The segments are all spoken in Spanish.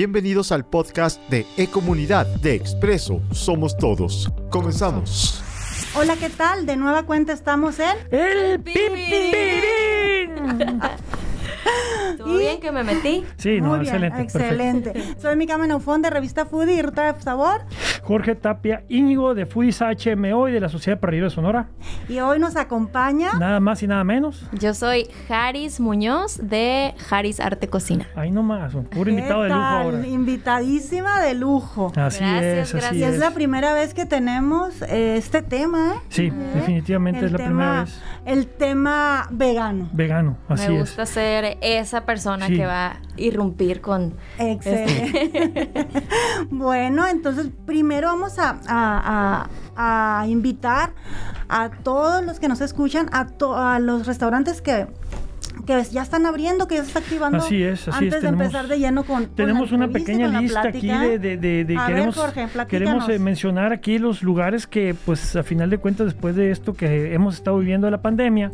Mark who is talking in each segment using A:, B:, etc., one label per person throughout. A: Bienvenidos al podcast de E-Comunidad de Expreso Somos Todos. Comenzamos.
B: Hola, ¿qué tal? De nueva cuenta estamos en...
C: El
D: ¿Todo bien que me metí?
C: Sí, no,
B: Muy bien,
C: excelente.
B: excelente. Soy Mica Menofón de Revista Foodie y Ruta de Sabor
C: perfecto. Jorge Tapia, Íñigo de Fudis HMO y de la Sociedad Parrillo de Sonora.
B: y hoy nos acompaña...
C: Nada más y nada menos.
D: Yo soy Haris Muñoz de Haris Arte Cocina.
C: Ahí nomás, un puro
B: ¿Qué
C: invitado de lujo
B: tal?
C: ahora.
B: Invitadísima de lujo.
C: Así
D: Gracias,
C: es, así
B: y
D: gracias.
B: es
C: es.
B: la primera vez que tenemos eh, este tema, ¿eh?
C: Sí, definitivamente
B: El
C: es la
B: tema-
C: primera vez.
B: El tema vegano.
C: Vegano, así
D: me
C: es.
D: gusta ser esa persona
C: Sí.
D: que va a irrumpir con...
B: Excelente. bueno, entonces primero vamos a, a- a- a invitar a todos los que nos escuchan, a, to- a los restaurantes que, que ya están abriendo, que ya se está activando
C: Así es, así es,
B: antes de
C: tenemos-
B: empezar de lleno con... con la
C: Tenemos una
B: entrevista y
C: pequeña
B: con la
C: lista aquí
B: plática.
C: de, de- de- de-
B: A ver,
C: queremos,
B: Jorge, platícanos.
C: queremos eh, mencionar aquí los lugares que, pues, a final de cuentas, después de esto que hemos estado viviendo de la pandemia,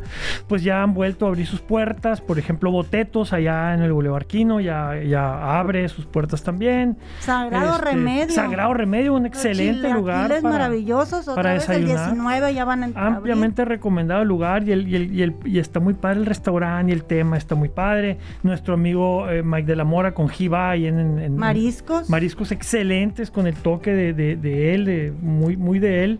C: pues ya han vuelto a abrir sus puertas. Por ejemplo, Botetos allá en el Boulevard Quino ya, ya abre sus puertas también.
B: Sagrado
C: Este,
B: Remedio.
C: Sagrado Remedio, un excelente lugar.
B: Chilaquiles maravillosos, otra
C: para
B: vez
C: desayunar.
B: el 19 ya van a entrar.
C: Ampliamente recomendado el lugar y, el, y, el- y el- y está muy padre el restaurante y el tema está muy padre. Nuestro amigo eh, Mike de la Mora con Jiba ahí en, en- en-
B: Mariscos.
C: Mariscos excelentes con el toque de, de- de él, de- muy, muy de él.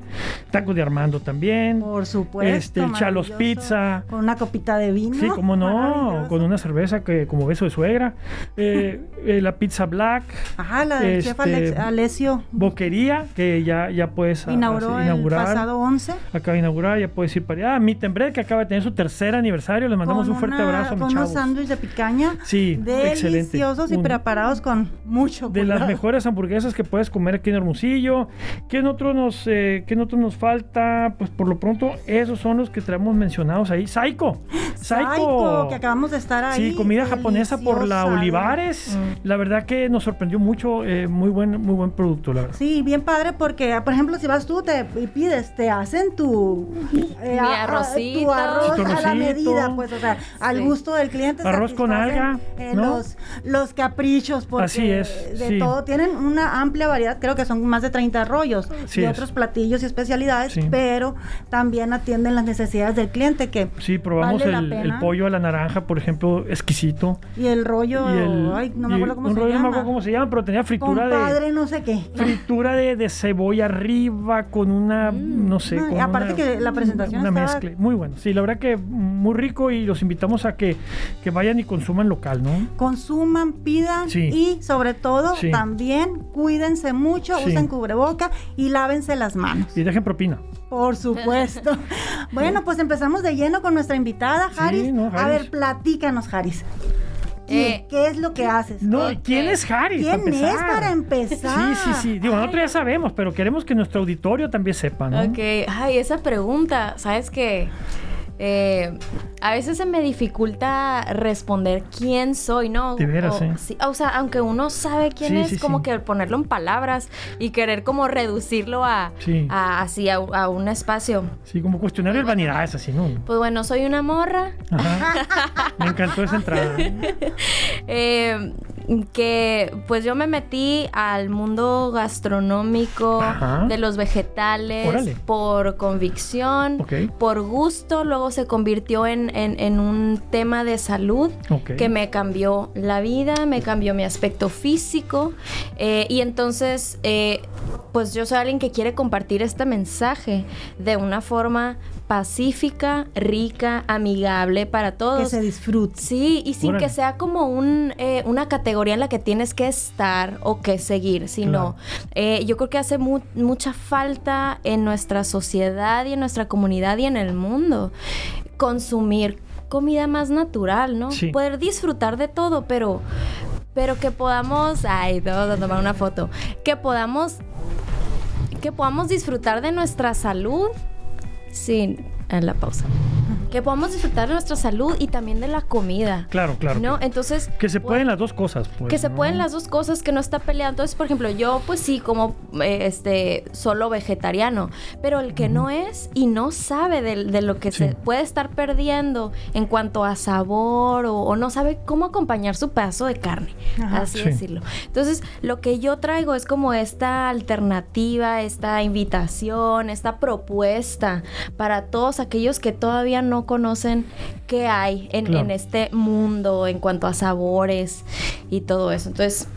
C: Tacos de Armando también.
B: Por supuesto.
C: Este, el Chalos
B: maravilloso.
C: Pizza.
B: Con una copita de vino.
C: Sí, como no,
B: maravilloso.
C: con una cerveza que como beso de suegra. Eh, eh, la pizza black.
B: Ajá, la del chef
C: este, ah,
B: Alex- Alessio.
C: Boquería, que ya, ya puedes ah,
B: Inauguró
C: así,
B: el
C: inaugurar.
B: pasado 11.
C: Acaba de inaugurar, ya puedes ir para allá. Meet and Break, que acaba de tener su tercer aniversario. Les mandamos
B: con
C: un fuerte
B: una-
C: abrazo a
B: Con unos
C: mis chavos.
B: sándwiches de picaña.
C: Sí, excelente.
B: Deliciosos y
C: Un-
B: preparados con mucho
C: de las
B: cuidado.
C: mejores hamburguesas que puedes comer aquí en Hermosillo. ¿Qué en otro nos, eh, qué en otro nos falta? Pues por lo pronto, esos son los que traemos mencionados ahí. Psycho.
B: Psycho, que acabamos de estar ahí.
C: Sí, comida japonesa por la
B: deliciosa. Mm.
C: Olivares. La verdad que nos sorprendió mucho, eh, muy buen, muy buen producto, la verdad.
B: Sí, bien padre porque, ah, por ejemplo, si vas tú te, y pides, te hacen tu, eh, a- a-
D: arrocito.
B: tu arroz
C: Tu
B: a la
C: arrocito.
B: medida, pues, o sea, al
D: Sí.
B: gusto del cliente.
C: Arroz con
B: satisfacen,
C: alga,
B: eh,
C: ¿no?
B: los, los caprichos, porque
C: Así es,
B: de
C: sí.
B: todo. Tienen una amplia variedad, creo que son más de 30 rollos
C: Así
B: y
C: es.
B: otros platillos y especialidades,
C: Sí.
B: pero también atienden las necesidades del cliente que
C: Sí, probamos
B: vale la
C: el, el
B: pena.
C: pollo a la naranja, por ejemplo, exquisito.
B: y el rollo,
C: y el,
B: ay, no me
C: y
B: acuerdo cómo
C: un
B: se
C: rollo, No me
B: llama.
C: acuerdo cómo se llama, pero tenía fritura de...
B: Compadre, no sé qué.
C: fritura de, de cebolla arriba con una, no sé.
B: Mm. No, y
C: con
B: aparte
C: una-
B: que la presentación
C: Una
B: estaba-
C: mezcla. Muy bueno. Sí, la verdad que muy rico y los invitamos a que, que vayan y consuman local, ¿no?
B: consuman, pidan
C: Sí.
B: y sobre todo
C: Sí.
B: también cuídense mucho,
C: Sí.
B: usen cubreboca y lávense las manos,
C: Y dejen propina.
B: por supuesto. bueno, pues empezamos de lleno con nuestra invitada,
C: Sí,
B: Haris. A
C: no, Haris.
B: ver, platícanos, Haris. ¿Qué,
D: Eh,
B: qué es lo que haces?
C: No,
D: Ok.
C: ¿quién es Harry?
B: ¿Quién
C: para empezar?
B: es para empezar?
C: Sí, sí, sí. Digo, nosotros ya sabemos, pero queremos que nuestro auditorio también sepa, ¿no?
D: Ok, ay, esa pregunta, ¿sabes qué? Eh, a veces se me dificulta responder quién soy, ¿no?
C: De veras,
D: o,
C: ¿eh?
D: sí, o sea, aunque uno sabe quién
C: Sí,
D: es,
C: sí,
D: como
C: sí.
D: que ponerlo en palabras y querer como reducirlo a,
C: Sí.
D: a- así, a, a un espacio.
C: Sí, como cuestionario de vanidades, así, ¿no?
D: Pues bueno, soy una morra
C: Ajá. Me encantó esa entrada.
D: eh, que pues yo me metí al mundo gastronómico
C: Ajá.
D: de los vegetales
C: Órale.
D: por convicción,
C: Ok.
D: por gusto, luego se convirtió en, en- en un tema de salud
C: Ok.
D: que me cambió la vida, me cambió mi aspecto físico eh, y entonces eh, pues yo soy alguien que quiere compartir este mensaje de una forma pacífica, rica, amigable para todos.
B: Que se disfrute.
D: Sí, y sin
C: Órale.
D: que sea como un, eh, una categoría en la que tienes que estar o que seguir, sino eh, yo creo que hace mu- mucha falta en nuestra sociedad y en nuestra comunidad y en el mundo consumir comida más natural, ¿no?
C: Sí.
D: Poder disfrutar de todo, pero, pero que podamos, ay, vamos a tomar una foto, que podamos, que podamos disfrutar de nuestra salud sin en la pausa. que podamos disfrutar de nuestra salud y también de la comida.
C: Claro, claro.
D: ¿No?
C: claro.
D: Entonces.
C: Que se
D: pues,
C: pueden las dos cosas, pues.
D: que se
C: ¿no?
D: pueden las dos cosas, que no está peleado. Entonces, por ejemplo, yo pues sí como eh, este solo vegetariano, pero el que no es y no sabe del- de, lo que
C: Sí.
D: se puede estar perdiendo en cuanto a sabor o, o no sabe cómo acompañar su pedazo de carne,
B: Ajá.
D: así
C: Sí.
D: decirlo. Entonces, lo que yo traigo es como esta alternativa, esta invitación, esta propuesta para todos aquellos que todavía no conocen qué hay en,
C: Claro.
D: en este mundo en cuanto a sabores y todo eso. Entonces,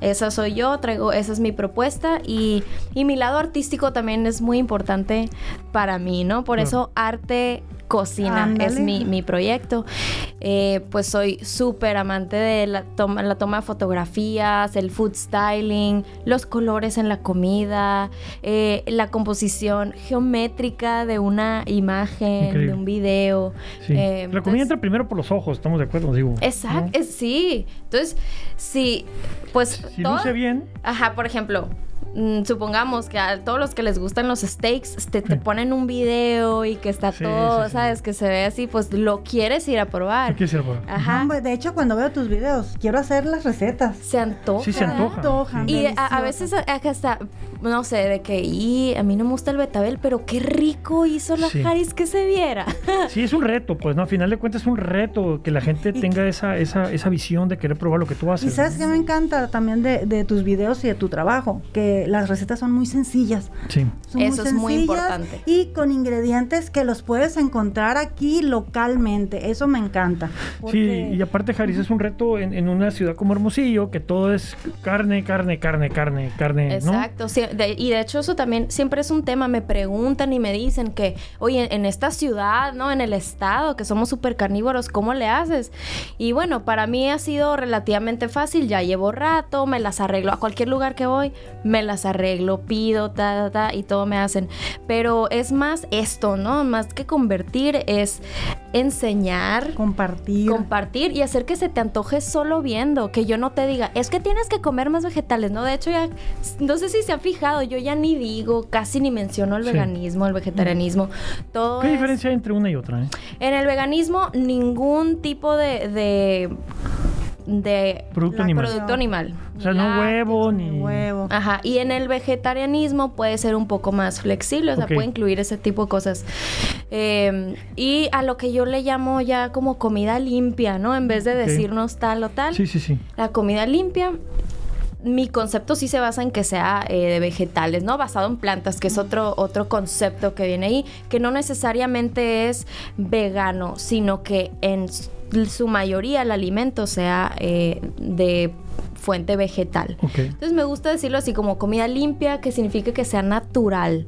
D: esa soy yo, traigo, esa es mi propuesta y, y mi lado artístico también es muy importante para mí, ¿no? Por
C: Claro.
D: eso arte cocina es
B: Ándale.
D: mi, mi proyecto. Eh, pues soy súper amante de la toma, la toma de fotografías, el food styling, los colores en la comida, eh, la composición geométrica de una imagen,
C: Increíble.
D: de un video.
C: Sí.
D: Eh,
C: la comida
D: entonces-
C: entra primero por los ojos, estamos de acuerdo, digo.
D: Exacto,
C: ¿no?
D: es- sí. Entonces, sí, pues
C: Si
D: todo-
C: luce bien,
D: Ajá, por ejemplo, mm, supongamos que a todos los que les gustan los steaks este, te, te
C: Sí.
D: ponen un video y que está
C: Sí,
D: todo,
C: sí, sí.
D: ¿sabes? Que se ve así, pues lo quieres ir a probar.
C: hay que ser bueno.
D: Ajá.
B: Hombre, de hecho, cuando veo tus videos, quiero hacer las recetas.
D: Se antoja.
C: Sí, se antoja.
B: antojan.
D: Y a, a
B: Delicioso.
D: veces a- acá está, no sé, de que, y a mí no me gusta el betabel, pero qué rico hizo la
C: Sí.
D: Haris que se viera.
C: Sí, es un reto, pues, ¿no? Al final de cuentas es un reto que la gente
B: Y-
C: tenga esa, esa, esa visión de querer probar lo que tú haces.
B: Y sabes que me encanta también de, de tus videos y de tu trabajo, que las recetas son muy sencillas.
C: Sí.
B: Son
D: Eso es muy
B: sencillas
D: importante.
B: Y con ingredientes que los puedes encontrar aquí localmente. Eso me encanta. porque-
C: Sí, y aparte, Jaris, es un reto en, en una ciudad como Hermosillo, que todo es carne, carne, carne, carne, carne, ¿no?
D: Exacto, sí, de- y de hecho eso también siempre es un tema, me preguntan y me dicen que, oye, en esta ciudad, ¿no? En el estado, que somos súper carnívoros, ¿cómo le haces? Y bueno, para mí ha sido relativamente fácil, ya llevo rato, me las arreglo, a cualquier lugar que voy, me las arreglo, pido, ta, ta, ta, y todo me hacen. Pero es más esto, ¿no? Más que convertir, es enseñar,
B: compartir.
D: compartir y hacer que se te antoje solo viendo, que yo no te diga, es que tienes que comer más vegetales, ¿no? De hecho, ya, no sé si se ha fijado, yo ya ni digo, casi ni menciono el
C: Sí.
D: veganismo, el vegetarianismo, todo...
C: ¿Qué
D: es-
C: diferencia hay entre una y otra? eh?
D: En el veganismo, ningún tipo de... de, de
C: Producto
B: La
C: animal.
D: producto animal.
C: O sea, no
D: Lácteos,
C: huevo
B: de
C: ni...
B: huevo.
D: Ajá, y en el vegetarianismo puede ser un poco más flexible, o sea,
C: Ok.
D: puede incluir ese tipo de cosas. Eh, y a lo que yo le llamo ya como comida limpia, ¿no? En vez de
C: Ok.
D: decirnos tal o tal,
C: Sí, sí, sí.
D: la comida limpia. Mi concepto sí se basa en que sea eh, de vegetales, ¿no? Basado en plantas, que es otro, otro concepto que viene ahí, que no necesariamente es vegano, sino que en s- su mayoría el alimento sea eh, de fuente vegetal.
C: Ok.
D: Entonces me gusta decirlo así como comida limpia, que significa que sea natural.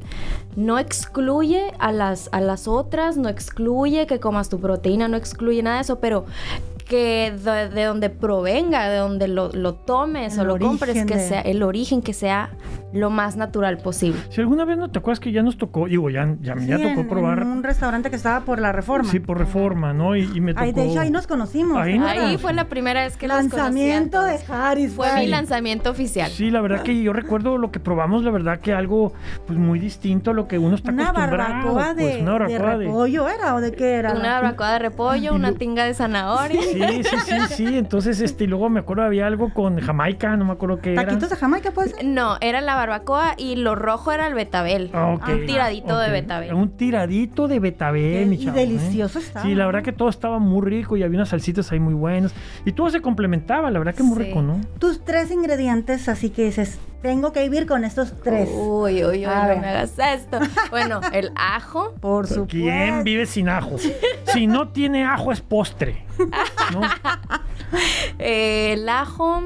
D: No excluye a las, a las otras, no excluye que comas tu proteína, no excluye nada de eso, pero que de, de donde provenga, de donde lo, lo tomes
B: El
D: o lo
B: origen
D: compres, que
B: de-
D: sea el origen, que sea lo más natural posible.
C: Si alguna vez no te acuerdas que ya nos tocó, digo, ya, ya,
B: Sí,
C: ya
B: en-
C: tocó
B: en
C: probar...
B: un restaurante que estaba por la reforma.
C: Sí, por reforma, ¿no? Y, y me tocó...
B: Ahí, de hecho, ahí nos conocimos.
C: Ahí nos-
D: Ahí fue la primera vez que los conocí a
B: Lanzamiento de
D: todos.
B: Harris.
D: Fue
B: Harris.
D: mi lanzamiento oficial.
C: Sí, la verdad que yo recuerdo lo que probamos, la verdad que algo pues muy distinto a lo que uno está
B: Una
C: acostumbrado.
B: barbacoa de,
C: pues, una barbacoa
B: de
C: de...
B: repollo, ¿era? ¿O de qué era?
D: Una barbacoa de repollo,
C: Y
D: una
C: lo-
D: tinga de zanahoria.
C: Sí, sí, sí, sí. Entonces, este, y luego me acuerdo había algo con Jamaica, no me acuerdo qué era.
B: ¿Taquitos de Jamaica puede ser?
D: No, era la barbacoa y lo rojo era el betabel.
C: Ah, ok.
D: Un tiradito de
C: Ok.
D: betabel.
C: Un tiradito de betabel,
B: Qué-
C: mi
B: y
C: chavo. ¿eh?
B: delicioso estaba,
C: Sí, la
B: ¿no?
C: verdad que todo estaba muy rico y había unas salsitas ahí muy buenas. Y todo se complementaba, la verdad que muy
D: Sí.
C: rico, ¿no?
B: Tus tres ingredientes, así que dices, tengo que vivir con estos tres.
D: Uy, uy, uy,
B: A
D: no
B: ver.
D: me hagas esto. Bueno, el ajo.
B: Por supuesto.
C: ¿Quién vive sin ajo? Si no tiene ajo es postre. ¿no?
D: eh, el ajo,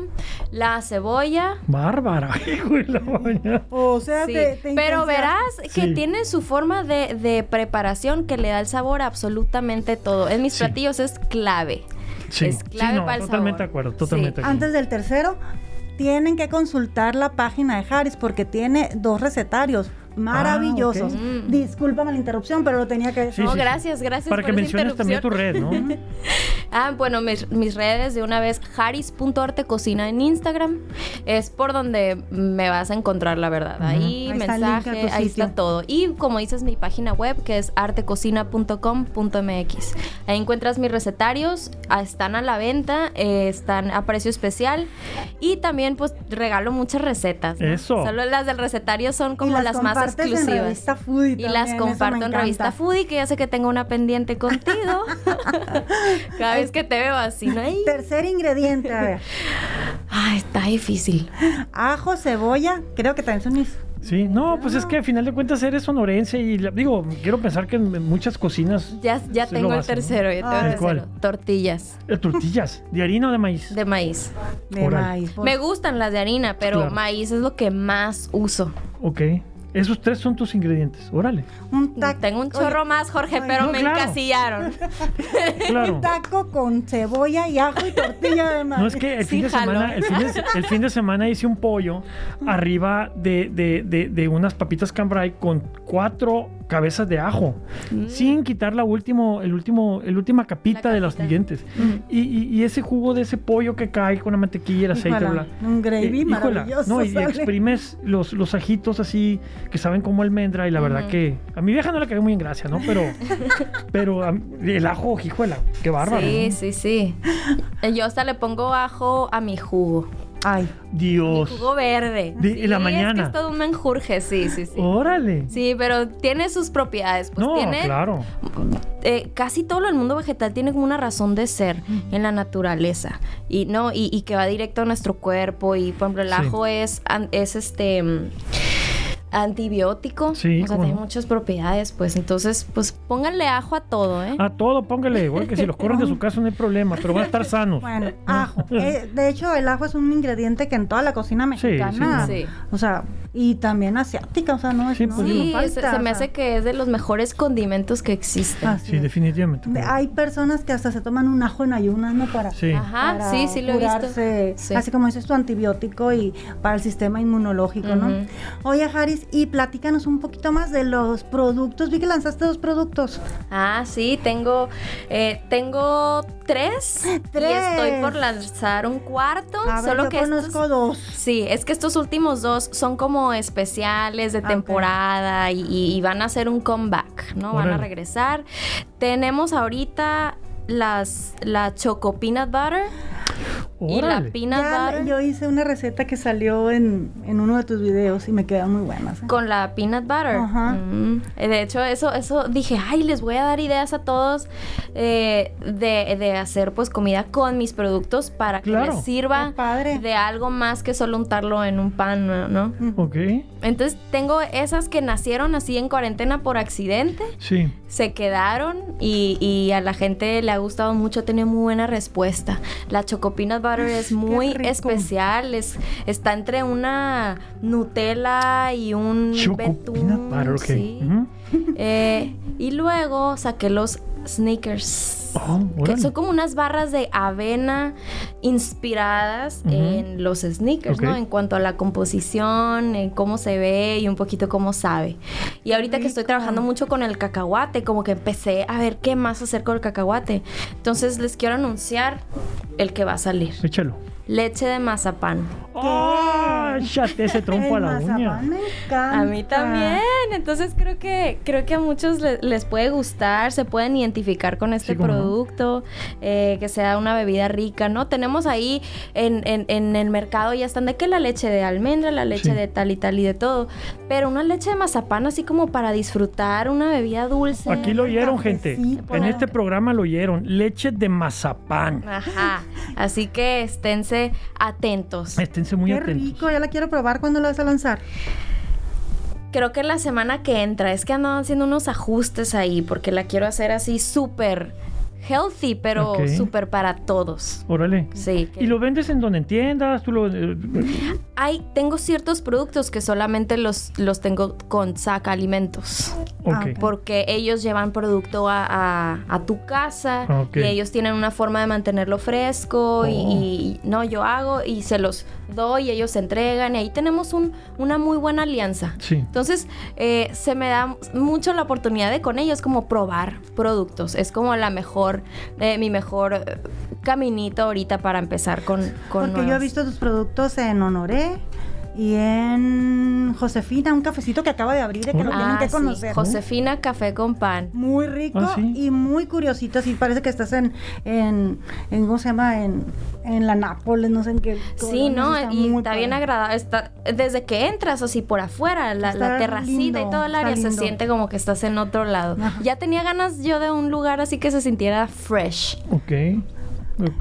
D: la cebolla.
C: Bárbara, hijo de la mañana.
B: O sea,
D: Sí,
B: te- te
D: pero
B: intensias-
D: verás que
C: Sí.
D: tiene su forma de, de preparación que le da el sabor a absolutamente todo. En mis
C: Sí.
D: platillos es clave.
C: Sí,
D: Es clave
C: sí, no,
D: para el
C: totalmente
D: sabor.
C: de acuerdo, totalmente de acuerdo.
B: Antes del tercero, tienen que consultar la página de Harris porque tiene dos recetarios maravillosos.
C: Ah, ok.
D: Mm.
B: Discúlpame la interrupción, pero lo tenía que decir.
C: Sí,
D: No,
C: sí, sí.
D: gracias, gracias
C: Para
D: por
C: que
D: esa
C: menciones también tu
D: interrupción.
C: red, ¿no?
D: Ah, bueno, mis, mis redes de una vez, haris.artecocina en Instagram, es por donde me vas a encontrar la verdad.
C: Ujú.
D: Ahí,
B: Ahí está el link a tu
D: mensaje, ahí
B: sitio.
D: está todo. Y como dices, mi página web que es artecocina.com.mx. Ahí encuentras mis recetarios, ah, están a la venta, eh, están a precio especial y también pues regalo muchas recetas. ¿no?
C: Eso.
D: Solo las del recetario son
B: Y
D: como las, más
B: compartes en
D: exclusivas.
B: revista Foodie
D: Y
B: también,
D: las
B: eso me
D: comparto en
B: encanta.
D: revista Foodie, que ya sé que tengo una pendiente contigo. Cada vez que te veo así, ¿no? Ay,
B: Tercer ingrediente, a ver.
D: Ay, está difícil.
B: Ajo, cebolla, creo que también son mis.
C: Sí, no, pues es que al final de cuentas eres sonorense y la- digo, quiero pensar que en muchas cocinas
D: Ya, ya
C: Sí,
D: tengo
C: lo
D: el
C: vas, ¿no?
D: tercero, ya tengo el
B: Ay.
C: ¿Cuál?
D: tercero. Tortillas
C: eh, tortillas, de harina o de maíz.
D: de maíz.
B: De
C: Órale.
B: maíz. por-
D: Me gustan las de harina, pero
C: Claro.
D: maíz es lo que más uso.
C: Ok. Esos tres son tus ingredientes. Órale.
B: Un taco.
D: Tengo un chorro más, Jorge,
B: Ay,
D: pero
C: no,
D: me
C: claro.
D: encasillaron.
C: Claro.
B: Un taco con cebolla y ajo y tortilla de maíz.
C: No es que el fin,
D: Sí,
C: de
D: jalo.
C: semana, el, fin de, se- el fin de semana hice un pollo arriba de, de- de- de unas papitas cambray con cuatro cabezas de ajo, sin quitar la último, el último, el última capita
D: Mm. La
C: de las
D: capita.
C: siguientes. Y, y- y ese jugo de ese pollo que cae con la mantequilla, el aceite,
B: Híjala,
C: bla. eh,
B: un gravy
C: híjola,
B: maravilloso
C: No, y
B: sale.
C: exprimes los, los ajitos así que saben como almendra y la verdad
D: Ujú.
C: que a mi vieja no le cayó muy en gracia, ¿no? Pero, pero a mí- el ajo, hijuela, qué bárbaro.
D: Sí,
C: ¿no?
D: sí, sí. Eh, Yo hasta le pongo ajo a mi jugo.
B: Ay,
D: Mi
C: Dios.
D: jugo verde.
C: De- en la
D: Es que
C: mañana. Oh,
D: es todo un menjurje, sí, sí, sí.
C: Órale.
D: Sí, pero tiene sus propiedades. Pues
C: no,
D: tiene
C: claro.
D: eh, casi todo el mundo vegetal tiene como una razón de ser en la naturaleza y no y, y que va directo a nuestro cuerpo y por ejemplo el
C: Sí.
D: ajo es an- es este mm, antibiótico
C: Sí,
D: o sea
C: cómo
D: tiene
C: no.
D: muchas propiedades pues entonces pues pónganle ajo a todo eh
C: A todo póngale, igual que si los corren de su casa no hay problema, pero van a estar sanos.
B: bueno, ajo. Eh, de hecho, el ajo es un ingrediente que en toda la cocina
C: Sí, sí,
B: mexicana.
D: sí.
B: O sea, y también asiática, o sea, no es.
C: Sí,
B: no,
C: pues,
B: no
D: sí
B: falta,
D: es-
B: o
D: se me
B: sea.
D: hace que es de los mejores condimentos que existen
B: Así
C: Sí,
B: es.
C: definitivamente.
B: De- Hay personas que hasta se toman un ajo en ayunas, ¿no? Para,
C: Sí.
D: ajá
B: para
D: Ah, sí sí lo he
B: curarse,
D: visto Sí.
B: Así como dices, tu antibiótico y para el sistema inmunológico,
D: Ujú.
B: ¿no? Oye, Haris, y platícanos un poquito más de los productos. Vi que lanzaste dos productos.
D: Ah, sí, tengo, eh, tengo tres, y
B: Tres.
D: estoy por lanzar un cuarto.
B: A ver,
D: solo
B: yo
D: que estos-
B: conozco dos.
D: Sí, es que estos últimos dos son como especiales de
B: ok.
D: temporada y- y, y van a hacer un comeback, ¿no? Van a
C: Órale.
D: regresar. Tenemos ahorita las la choco peanut butter y la
C: Órale.
D: peanut
B: Ya,
D: butter
B: yo hice una receta que salió en, en uno de tus videos y me quedan muy buenas. ¿eh?
D: con la peanut butter.
B: Ajá.
D: Mm. Eh, De hecho, eso, eso dije, ay, les voy a dar ideas a todos eh, de, de hacer pues comida con mis productos para que
C: Claro.
D: les sirva
B: Qué padre.
D: de algo más que solo untarlo en un pan, ¿no?
B: Ujú.
C: Ok.
D: Entonces tengo esas que nacieron así en cuarentena por accidente,
C: Sí.
D: se quedaron y, y a la gente le ha gustado mucho, tiene muy buena respuesta. La chocopeanut butter es muy
B: rico.
D: especial, es, está entre una Nutella y un
C: Choco
D: betún,
C: peanut butter, ok. Mm.
D: sí.
C: Ujú.
D: Eh, y luego saqué los sneakers.
C: Oh,
D: Que
C: órale.
D: son como unas barras de avena inspiradas
C: Ujú.
D: en los sneakers,
C: Ok.
D: ¿no? En cuanto a la composición, en cómo se ve y un poquito cómo sabe. Y ahorita que estoy
B: rico.
D: trabajando mucho con el cacahuate, como que empecé a ver qué más hacer con el cacahuate. Entonces les quiero anunciar el que va a salir.
C: Échalo.
D: Leche de mazapán.
C: ¡Ah! Échate ese trompo a
B: El
C: la uña.
B: mazapán me encanta.
D: A mí también. Entonces creo que creo que a muchos le- les puede gustar, se pueden identificar con este
C: Sí, cómo no.
D: producto, eh, que sea una bebida rica, ¿no? Tenemos ahí en, en- en el mercado ya están de que la leche de almendra, la leche
C: Sí.
D: de tal y tal y de todo, pero una leche de mazapán así como para disfrutar una bebida dulce.
C: Aquí lo oyeron, gente.
B: Cafecito.
C: En este programa lo oyeron. Leche de mazapán.
D: Ajá. Así que esténse atentos.
C: Esténse muy
B: Qué
C: atentos.
B: rico, ya la quiero probar. ¿Cuándo la vas a lanzar?
D: Creo que la semana que entra, es que andan haciendo unos ajustes ahí, porque la quiero hacer así súper healthy, pero
C: Ok.
D: súper para todos.
C: Órale.
D: Sí. que-
C: ¿Y lo vendes en donde entiendas? ¿Tú lo... eh,
D: Hay, tengo ciertos productos que solamente los, los tengo con saca alimentos,
B: Ah,
C: Ok.
B: ok.
D: porque ellos llevan producto a, a- a tu casa
C: Ah, ok.
D: y ellos tienen una forma de mantenerlo fresco y,
C: Oh.
D: y- no, yo hago y se los doy y ellos se entregan y ahí tenemos un, una muy buena alianza.
C: Sí.
D: Entonces, eh, se me da mucho la oportunidad de con ellos como probar productos. Es como la mejor, eh, mi mejor eh, caminito ahorita para empezar con, con
B: Porque yo he
D: nuevas-
B: visto tus productos en Honoré y en Josefina, un cafecito que acaba de abrir y que lo
C: Órale.
B: tienen
D: Ah,
B: que
D: sí,
B: conocer.
D: Josefina Café con Pan.
B: Muy rico
C: Ah, sí.
B: y muy curiosito. Sí, parece que estás en, en, en ¿cómo se llama? En, en la Nápoles, no sé en qué.
D: Sí,
B: colonia,
D: ¿no? y
B: muy
D: está bien
B: padre.
D: agradable. Está, desde que entras así por afuera, la, la
B: Está
D: terracita
B: lindo,
D: y todo el
B: está
D: área se
B: lindo.
D: siente como que estás en otro lado.
B: Ajá.
D: Ya tenía ganas yo de un lugar así que se sintiera fresh.
C: Ok.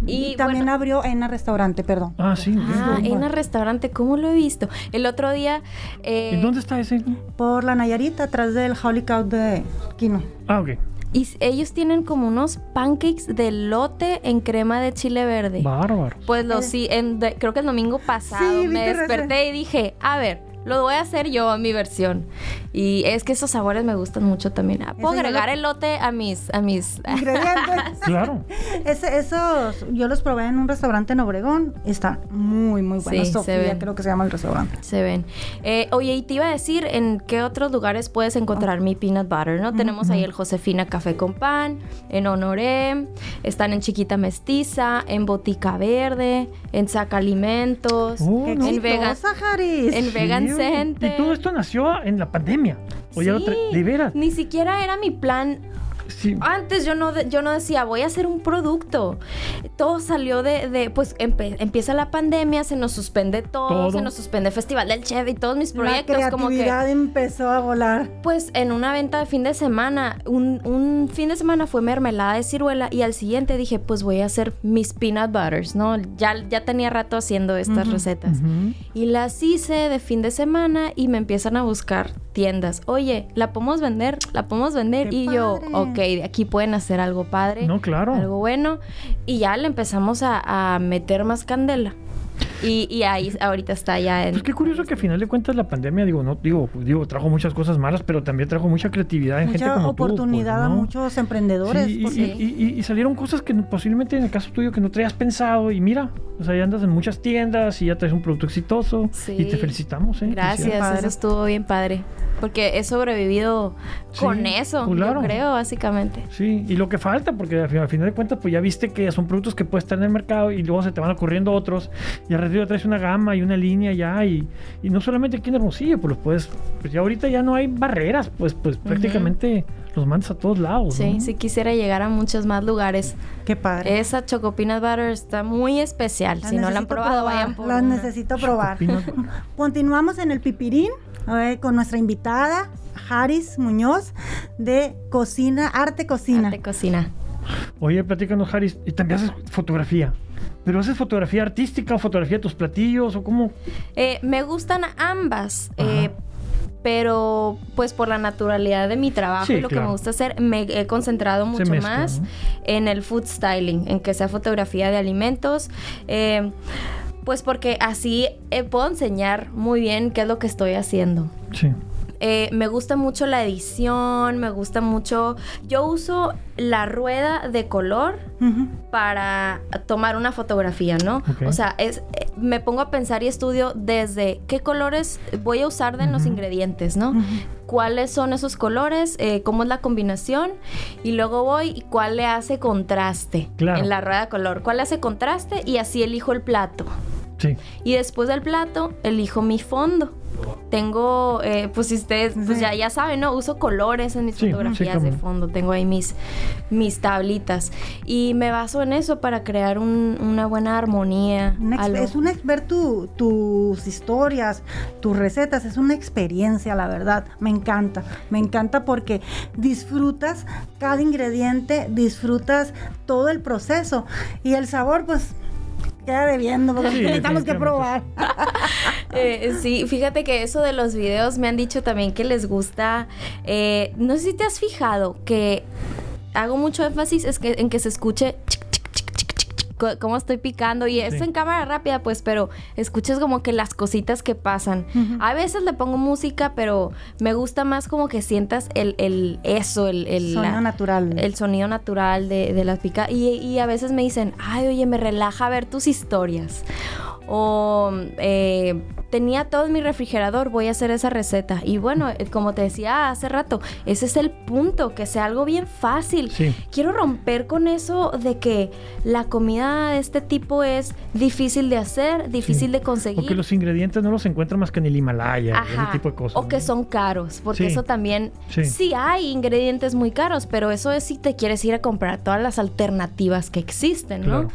D: Y,
B: Y también
D: bueno,
B: abrió en el restaurante, perdón.
C: Ah, sí. ok.
D: Ah, en el restaurante, ¿cómo lo he visto? El otro día... eh,
C: ¿Y dónde está ese?
B: Por la Nayarita, atrás del Holy Cow de Quino.
C: Ah, ok.
D: Y s- ellos tienen como unos pancakes de lote en crema de chile verde.
C: Bárbaro.
D: Pues lo sí, en de- creo que el domingo pasado
B: Eh. Sí, vi
D: me
B: tu receta.
D: desperté y dije, a ver, lo voy a hacer yo a mi versión. Y es que esos sabores me gustan mucho también. Ah, Puedo
B: Eso yo
D: agregar
B: lo-
D: elote a mis, a mis. ah,
B: Ingredientes.
C: Claro.
B: Ese- esos yo los probé en un restaurante en Obregón. Está muy, muy bueno.
D: Sí, se
B: Sofía,
D: ven.
B: creo que se llama el restaurante.
D: Se ven. Eh, oye, y te iba a decir en qué otros lugares puedes encontrar mi peanut butter,
B: Mm,
D: ¿no? Tenemos ahí el Josefina Café con Pan, en Honoré, están en Chiquita Mestiza, en Botica Verde, en Sacalimentos,
C: Oh,
B: ¡Qué
C: no.
D: en Vegan,
B: exitosa, Jaris!
D: en Vegan
C: Sí,
D: Center.
C: Y todo esto nació en la pandemia. O ya lo tra-
D: Sí,
C: de veras.
D: Ni siquiera era mi plan.
C: Sí.
D: Antes yo no, de- yo no decía, voy a hacer un producto. Todo salió de, de- pues empe- empieza la pandemia, se nos suspende todo,
C: Todo.
D: se nos suspende Festival del Chef y todos mis
B: La
D: proyectos. como que
B: creatividad empezó a volar.
D: pues en una venta de fin de semana, un, un fin de semana fue mermelada de ciruela y al siguiente dije, pues voy a hacer mis peanut butters, ¿no? Ya, ya tenía rato haciendo estas recetas.
C: Ujú.
D: Y las hice de fin de semana y me empiezan a buscar tiendas. Oye, ¿la podemos vender? ¿La podemos vender?
B: ¡Qué
D: y yo,
B: padre!
D: ok, de aquí pueden hacer algo padre.
C: No, claro.
D: Algo bueno. Y ya le empezamos a, a meter más candela. Y, y ahí ahorita está ya en...
C: Pues qué curioso que al final de cuentas la pandemia, digo, no, digo, pues, digo, trajo muchas cosas malas, pero también trajo mucha creatividad en gente
B: Mucha
C: como tú, pues,
B: oportunidad a
C: ¿no?
B: muchos emprendedores.
C: Sí, y,
B: porque-
D: porque-
C: y- y- y salieron cosas que posiblemente en el caso tuyo que no traías pensado y mira, o sea, ya andas en muchas tiendas y ya traes un producto exitoso
D: Sí.
C: y te felicitamos, ¿eh?
D: Gracias,
B: Padre.
D: eso estuvo bien padre. Porque he sobrevivido
C: Sí,
D: con eso,
C: pues, claro.
D: yo creo, básicamente.
C: Sí, y lo que falta, porque al fin- al final, de cuentas, pues ya viste que son productos que puedes estar en el mercado y luego se te van ocurriendo otros. Y al ratito ya traes una gama y una línea ya. Y, y no solamente aquí en Hermosillo, pues los puedes. Pues ya ahorita ya no hay barreras, pues, pues prácticamente los mandas a todos lados.
D: Sí,
C: Pues ¿no?
D: sí quisiera llegar a muchos más lugares.
B: Qué padre.
D: Esa Choco Peanut Butter está muy especial.
B: Las
D: Eh, si no la han
B: necesito
D: probado,
B: probar,
D: vayan por
B: Las
D: una.
B: necesito probar.
C: Peanut butter.
B: Continuamos en el pipirín a ver, con nuestra invitada, Haris Muñoz, de Cocina, Arte Cocina.
D: Arte Ah, cocina.
C: Oye, platícanos, Haris, y también haces fotografía. ¿Pero haces fotografía artística o fotografía de tus platillos o cómo?
D: Eh, me gustan ambas. eh,
C: Ajá.
D: pero pues por la naturalidad de mi trabajo
C: Sí,
D: y lo que
C: claro.
D: me gusta hacer, me he concentrado
C: Se
D: mucho
C: mezcla,
D: más
C: ¿no?
D: en el food styling, en que sea fotografía de alimentos. eh, pues porque así eh, puedo enseñar muy bien qué es lo que estoy haciendo.
C: Sí.
D: Eh, me gusta mucho la edición, me gusta mucho... Yo uso la rueda de color
B: Ujú.
D: para tomar una fotografía, ¿no?
C: Ok.
D: O sea, es, eh, me pongo a pensar y estudio desde qué colores voy a usar de los
C: Ujú.
D: ingredientes, ¿no? ¿Cuáles son esos colores? Eh, ¿Cómo es la combinación? Y luego voy y cuál le hace contraste
C: Claro.
D: en la rueda de color. ¿Cuál le hace contraste? Y así elijo el plato.
C: Sí.
D: Y después del plato, elijo mi fondo. Tengo, eh, pues si ustedes, pues
B: Sí.
D: ya, ya saben, ¿no? Uso colores en mis
C: Sí, sí,
D: fotografías de
C: cómo no.
D: fondo. Tengo ahí mis, mis tablitas. Y me baso en eso para crear un- una buena armonía.
B: Un ex-
D: a lo-
B: es un expert tu- tus historias, tus recetas, es una experiencia, la verdad. Me encanta, me encanta porque disfrutas cada ingrediente, disfrutas todo el proceso y el sabor, pues queda debiendo porque
C: Sí,
B: necesitamos que
C: definitivamente.
B: probar.
D: Eh, sí, fíjate que eso de los videos me han dicho también que les gusta. eh, no sé si te has fijado que hago mucho énfasis es que, en que se escuche chic, chic, chic, chic, chic, chic, co- cómo estoy picando y esto
C: Sí.
D: en cámara rápida pues pero escuches como que las cositas que pasan a veces le pongo música pero me gusta más como que sientas el, el eso el, el
B: Sonido
D: la-
B: natural.
D: el sonido natural de, de las picas. Y, y a veces me dicen, ay, oye, me relaja ver tus historias. o eh, tenía todo en mi refrigerador, voy a hacer esa receta. Y bueno, eh, como te decía hace rato, ese es el punto, que sea algo bien fácil.
C: Sí.
D: Quiero romper con eso de que la comida de este tipo es difícil de hacer, difícil de conseguir.
C: O que los ingredientes no los encuentran más que en el Himalaya, ese tipo de cosas.
D: O que
C: ¿no?
D: son caros, porque
C: Sí.
D: eso también
C: Sí.
D: sí. hay ingredientes muy caros, pero eso es si te quieres ir a comprar todas las alternativas que existen, ¿no?
C: Claro.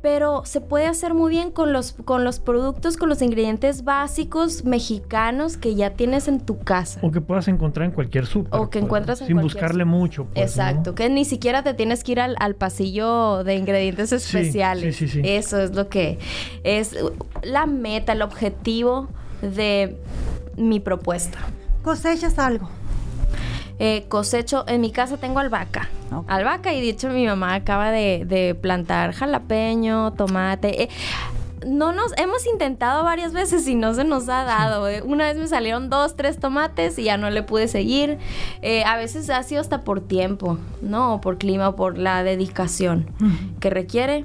D: Pero se puede hacer muy bien con los, con los productos, con los ingredientes básicos mexicanos que ya tienes en tu casa.
C: O que puedas encontrar en cualquier súper.
D: O que
C: pues,
D: encuentras en
C: Sin
D: cualquier
C: buscarle mucho. pues,
D: Exacto,
C: ¿no?
D: que ni siquiera te tienes que ir al, al pasillo de ingredientes especiales.
C: sí, sí, sí.
D: Eso es lo que es uh, la meta, el objetivo de mi propuesta.
B: Cosechas algo.
D: Eh, cosecho, en mi casa tengo albahaca.
B: Ok.
D: Albahaca y dicho mi mamá acaba de, de plantar jalapeño, tomate. eh, no nos hemos intentado varias veces y no se nos ha dado. eh. Una vez me salieron dos, tres tomates y ya no le pude seguir. Eh, a veces ha sido hasta por tiempo, no, O por clima o por la dedicación que requiere.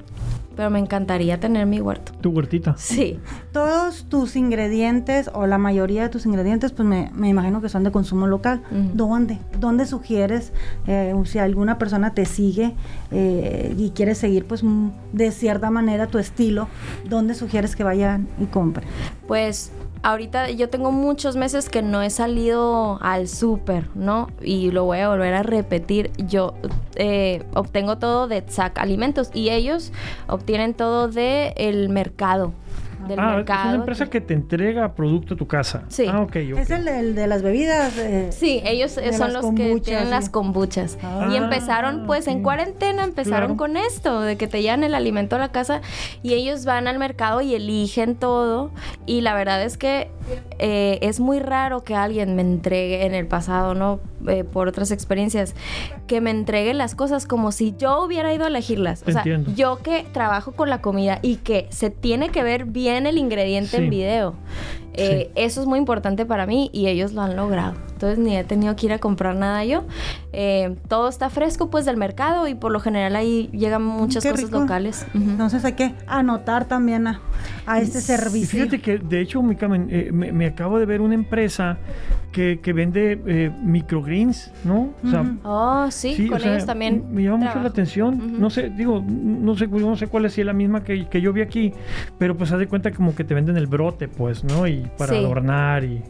D: Pero me encantaría tener mi huerto.
C: Tu huertita.
D: Sí.
B: Todos tus ingredientes o la mayoría de tus ingredientes, pues me, me imagino que son de consumo local.
D: Ujú.
B: ¿Dónde? ¿Dónde sugieres? eh, si alguna persona te sigue eh, y quiere seguir, pues mm, de cierta manera tu estilo, ¿dónde sugieres que vayan y compren?
D: Pues ahorita yo tengo muchos meses que no he salido al súper, ¿no? Y lo voy a volver a repetir. Yo eh, obtengo todo de Tzac Alimentos y ellos obtienen todo de el mercado. Del
C: ah,
D: mercado. pues.
C: es una empresa que te entrega producto a tu casa.
D: Sí.
C: Ah, ok. ok.
B: Es el, el de las bebidas. eh,
D: Sí, ellos eh,
B: de
D: son
B: las
D: los que
B: kombuchas,
D: tienen
B: sí.
D: las kombuchas.
B: Ah,
D: y empezaron, pues en
C: ok.
D: cuarentena empezaron
C: Claro.
D: con esto, de que te llevan el alimento a la casa y ellos van al mercado y eligen todo. Y la verdad es que eh, es muy raro que alguien me entregue en el pasado, ¿no? Eh, por otras experiencias, que me entregue las cosas como si yo hubiera ido a elegirlas.
C: Te
D: o sea,
C: entiendo.
D: yo que trabajo con la comida y que se tiene que ver bien el ingrediente
C: Sí.
D: en video. Eh, Eso es muy importante para mí y ellos lo han logrado. Entonces ni he tenido que ir a comprar nada yo. Eh, todo está fresco pues del mercado y por lo general ahí llegan muchas
B: Mm, qué
D: cosas
B: rico.
D: locales. Ujú.
B: Entonces hay que anotar también a, a este
C: Y
B: servicio.
C: fíjate que, de hecho, mi Carmen, eh, me, me acabo de ver una empresa que, que vende eh, microgreens, ¿no? O sea,
B: Ujú.
D: Oh, sí,
C: Sí,
D: con
C: o sea,
D: ellos también.
C: Me llama mucho la
D: trabajo.
C: atención.
D: Ujú.
C: No sé, digo, no sé, pues, yo no sé cuál es si es la misma que, que yo vi aquí, pero pues haz de cuenta como que te venden el brote, pues, ¿no? Y para
D: Sí.
C: adornar y.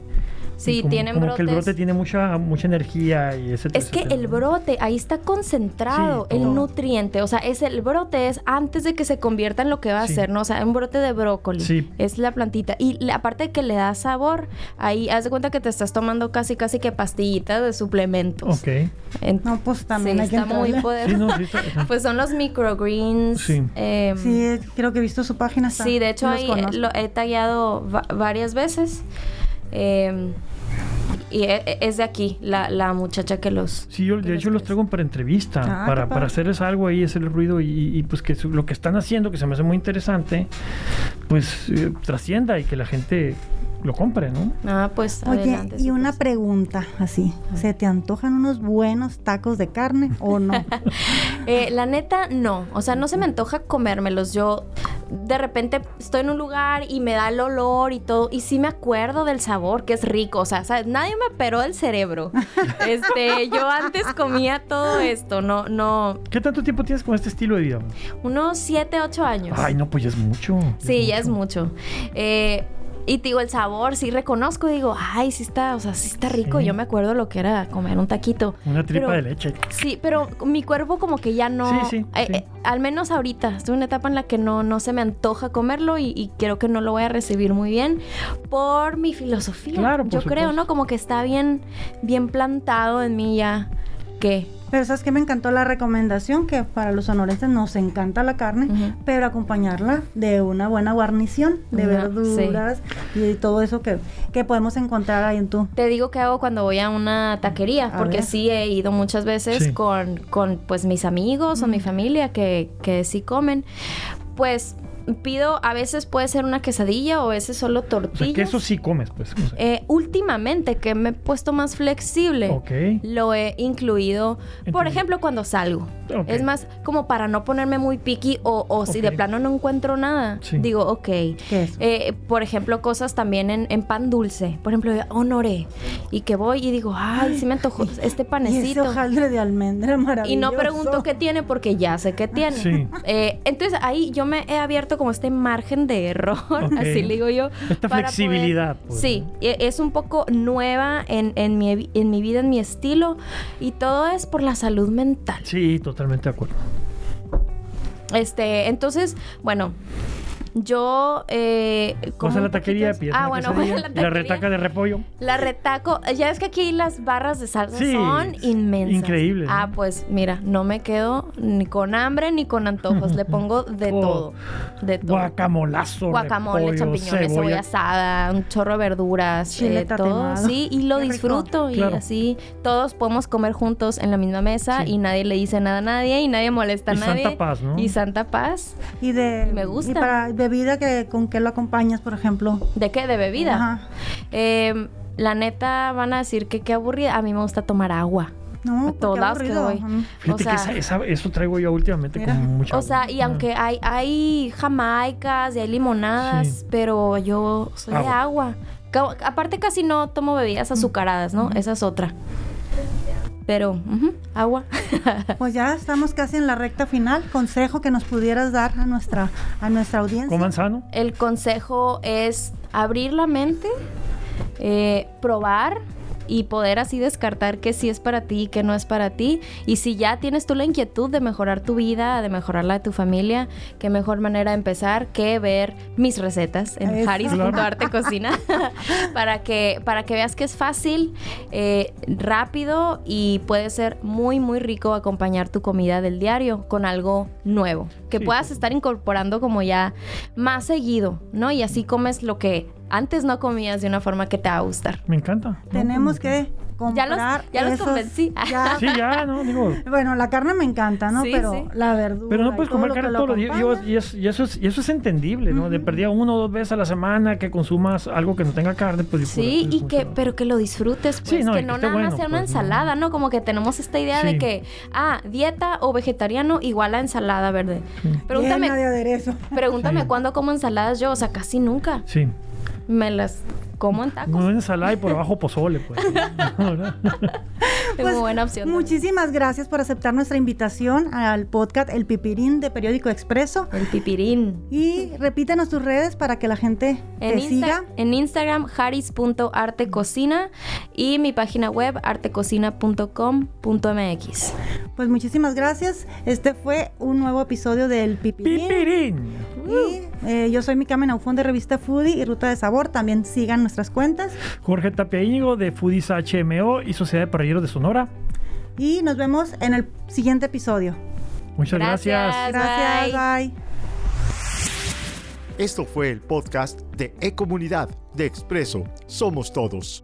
D: Sí,
C: y como,
D: tienen
C: como que el
D: brotes.
C: brote tiene mucha, mucha energía y ese
D: Es que el brote, ahí está concentrado
C: Sí, todo.
D: el nutriente. O sea, es el brote es antes de que se convierta en lo que va a
C: Sí.
D: ser, ¿no? O sea, un brote de brócoli.
C: Sí.
D: Es la plantita. Y la- aparte de que le da sabor, ahí haz de cuenta que te estás tomando casi, casi que pastillitas de suplementos.
C: Ok.
D: En-
B: No, pues también
D: sí,
B: hay que
D: está muy
B: entrarle.
D: poderoso.
C: Sí, no, sí, está- está-
D: pues son los microgreens.
C: Sí.
D: em,
B: Sí, eh, creo que he visto su página. está-
D: Sí, de hecho
B: los
D: ahí, eh,
B: conozco.
D: lo he tagueado va- varias veces. em, y e- es de aquí, la, la muchacha que los...
C: Sí, yo de
D: pues,
C: hecho los traigo para entrevista,
B: Ah, qué
C: para, para
B: padre.
C: hacerles algo ahí, hacer el ruido y, y, pues que su- lo que están haciendo, que se me hace muy interesante, pues eh, trascienda y que la gente lo compre, ¿no?
D: Ah, pues
B: Oye,
D: adelante,
B: y una
D: súper.
B: pregunta así. ¿Se te antojan unos buenos tacos de carne o no?
D: Eh, la neta, no. O sea, no se me antoja comérmelos. Yo de repente estoy en un lugar y me da el olor y todo. Y sí me acuerdo del sabor, que es rico. O sea, ¿sabes? nadie me operó el cerebro. Este, yo antes comía todo esto. No, no.
C: ¿Qué tanto tiempo tienes con este estilo de vida?
D: Unos 7, 8 años.
C: Ay, no, pues ya es mucho.
D: Sí, ya es mucho. Eh, y te digo, el sabor, sí reconozco, digo, ay, sí está, o sea, sí está rico.
C: Sí.
D: Yo me acuerdo lo que era comer un taquito.
C: Una tripa
D: Pero-
C: de leche.
D: Sí, pero mi cuerpo como que ya no...
C: Sí, sí,
D: eh,
C: sí.
D: eh, al menos ahorita, estoy en una etapa en la que no, no se me antoja comerlo y, y creo que no lo voy a recibir muy bien por mi filosofía.
C: Claro, por
D: Yo creo,
C: supuesto.
D: ¿no? Como que está bien, bien plantado en mí ya que...
B: Pero sabes que me encantó la recomendación que para los sonorenses nos encanta la carne,
D: Ujú.
B: pero acompañarla de una buena guarnición de
D: Una-
B: verduras y todo eso que, que podemos encontrar ahí en tu.
D: Te digo que hago cuando voy a una taquería,
B: A
D: porque
B: ver.
D: sí he ido muchas veces
C: Sí.
D: con, con pues mis amigos o mi familia que, que sí comen. Pues pido, a veces puede ser una quesadilla o a veces solo
C: O sea, que
D: tortillas.
C: eso sí comes, pues. o sea.
D: Eh, últimamente que me he puesto más flexible,
C: ok.
D: lo he incluido, por
C: Entiendo.
D: ejemplo, cuando salgo.
C: Ok.
D: Es más como para no ponerme muy picky o, o si de
C: Ok.
D: plano no encuentro nada,
C: Sí.
D: digo, ok.
B: es?
D: Eh, por ejemplo, cosas también en, en pan dulce. Por ejemplo, honoré. Y que voy y digo, ay, sí me antojó este
B: Y ese
D: panecito.
B: hojaldre de almendra maravilloso.
D: Y no pregunto qué tiene porque ya sé qué tiene.
C: Sí.
D: Eh, entonces ahí yo me he abierto como este margen de error,
C: Ok.
D: así le digo yo.
C: Esta
D: para
C: flexibilidad,
D: poder-
C: pues,
D: sí,
C: ¿no?
D: e- es un poco nueva en, en, mi, evi- en mi vida, en mi estilo. Y todo es por la salud mental.
C: Sí, totalmente de acuerdo.
D: Este, entonces, bueno. Yo. Eh, como
C: Vas a
D: un
C: la taquería de
D: poquito-
C: pierna.
D: Ah, bueno, voy
C: quesadilla,
D: a la
C: y
D: taquería.
C: La retaca de repollo.
D: La retaco, ya es que aquí las barras de salsa
C: Sí,
D: son inmensas.
C: increíble, ¿no?
D: Ah, pues mira, no me quedo ni con hambre ni con antojos. Le pongo de
C: Oh.
D: todo. De todo.
C: Guacamolazo.
D: Guacamole,
C: repollo,
D: champiñones, cebolla. asada, un chorro de verduras,
B: Chile
D: eh, todo.
B: tatemado.
D: Sí, y lo
B: Qué rico.
D: disfruto. Y
C: Claro.
D: así todos podemos comer juntos en la misma mesa
C: Sí.
D: y nadie le dice nada a nadie y nadie molesta a
C: Y santa
D: nadie.
C: paz, ¿no?
D: Y Santa Paz.
B: Y de.
D: Me gusta.
B: Y para bebida, que, ¿con qué lo acompañas, por ejemplo?
D: ¿De qué? De bebida.
B: Ajá.
D: Eh, la neta van a decir que qué aburrida. A mí me gusta tomar agua.
B: No,
D: A todos
B: qué
D: lados que
B: aburrido.
D: voy.
B: Ajá.
C: Fíjate
D: O sea-
C: que esa- esa- eso traigo yo últimamente
B: Mira.
C: como mucho.
D: O sea, y
C: Ah.
D: aunque hay, hay jamaicas y hay limonadas,
C: Sí.
D: pero yo soy de
C: Agua. Mm.
D: agua. Ca- Aparte casi no tomo bebidas azucaradas, ¿no? Esa es otra. Pero, ujú, agua.
B: Pues ya estamos casi en la recta final. Consejo que nos pudieras dar a nuestra, a nuestra audiencia.
C: Coman sano.
D: El consejo es abrir la mente, eh, probar y poder así descartar que sí es para ti y que no es para ti. Y si ya tienes tú la inquietud de mejorar tu vida, de mejorar la de tu familia, qué mejor manera de empezar que ver mis recetas en
B: Eso.
D: haris.arte cocina para que para que veas que es fácil, eh, rápido y puede ser muy muy rico acompañar tu comida del diario con algo nuevo que
C: Sí,
D: puedas
C: sí.
D: estar incorporando como ya más seguido, ¿no? Y así comes lo que antes no comías de una forma que te va a gustar.
C: Me encanta. No,
B: Tenemos
C: pues, me
B: que comprar.
D: ya los
B: esos-
D: convencí.
B: ya-
C: encanta. Sí, ya, ¿no? Digo.
B: Bueno, la carne me encanta, ¿no?
D: Sí,
B: Pero
D: sí.
B: la verdura.
C: Pero no
B: y
C: puedes
B: todo
C: comer
B: lo que
C: carne
B: lo
C: todos los días. Digo,
B: acompaña.
C: y, es- y eso es, y eso es entendible, ¿no? De perdida uno o dos veces a la semana que consumas algo que no tenga carne, pues.
D: Sí,
C: pues,
D: y
C: mucho-
D: que, pero que lo disfrutes, pues,
C: Sí, no, y
D: que
C: que
D: no
C: esté
D: nada más
C: bueno,
D: sea una
C: pues, no.
D: ensalada, ¿no? Como que tenemos esta idea
C: Sí.
D: de que, ah, dieta o vegetariano igual a ensalada verde.
B: Llena
D: Pregúntame,
B: de aderezo.
D: pregúntame
C: Sí.
D: cuándo como ensaladas yo, o sea, casi nunca.
C: Sí.
D: Me las como en tacos.
C: No ensalada y por abajo pozole, pues. No, ¿verdad?
D: Es
B: Pues,
D: muy buena opción. también.
B: Muchísimas gracias por aceptar nuestra invitación al podcast El Pipirín de Periódico Expreso.
D: El pipirín.
B: Y repítanos tus redes para que la gente te
D: En, Insta-
B: siga.
D: en Instagram, haris.artecocina y mi página web, artecocina.com.mx.
B: Pues muchísimas gracias. Este fue un nuevo episodio del Pipirín.
C: ¡Pipirín!
B: Y eh, yo soy Mikame Naufón de Revista Foodie y Ruta de Sabor. También sigan nuestras cuentas.
C: Jorge Tapia Íñigo de Foodies HMO y Sociedad de Parrilleros de Sonora.
B: Y nos vemos en el siguiente episodio.
C: Muchas
D: Gracias.
C: gracias.
B: Gracias. bye.
A: Esto fue el podcast de E-Comunidad de Expreso Somos Todos.